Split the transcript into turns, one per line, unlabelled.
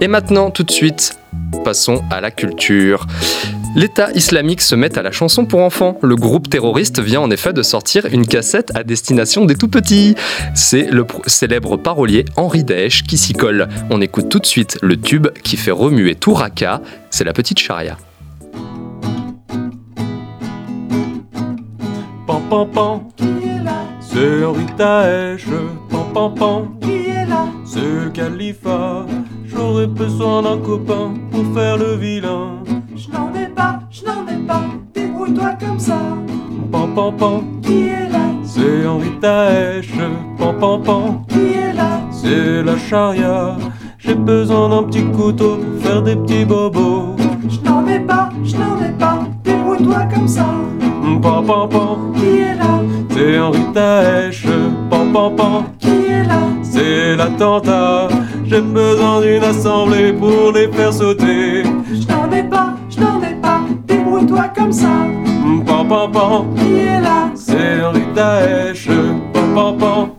Et maintenant, tout de suite, passons à la culture. L'État islamique se met à la chanson pour enfants. Le groupe terroriste vient en effet de sortir une cassette à destination des tout petits. C'est le pr- célèbre parolier Henri Daesh qui s'y colle. On écoute tout de suite le tube qui fait remuer tout Raqqa, c'est la petite charia.
Pan pan pan, c'est Henri Daesh. Pan pan pan, c'est le califat. J'aurais besoin d'un copain pour faire le vilain.
Je n'en ai pas, je n'en ai pas, débrouille-toi comme ça.
Pan pan pan,
Qui est là,
c'est Henri Daesh. Pan pan pan,
qui est là
c'est la charia. J'ai besoin d'un petit couteau pour faire des petits bobos.
Je n'en ai pas, je n'en ai pas, débrouille-toi comme ça.
Pan pan pan,
Qui est là,
c'est Henri Daesh. Pan pan pan.
qui est là
C'est l'attentat, j'ai besoin d'une assemblée pour les faire sauter.
Je n'en ai pas, je n'en ai pas, débrouille-toi comme ça.
Pan pan pan,
Qui est là
c'est Henri Daesh. Pan pan pan,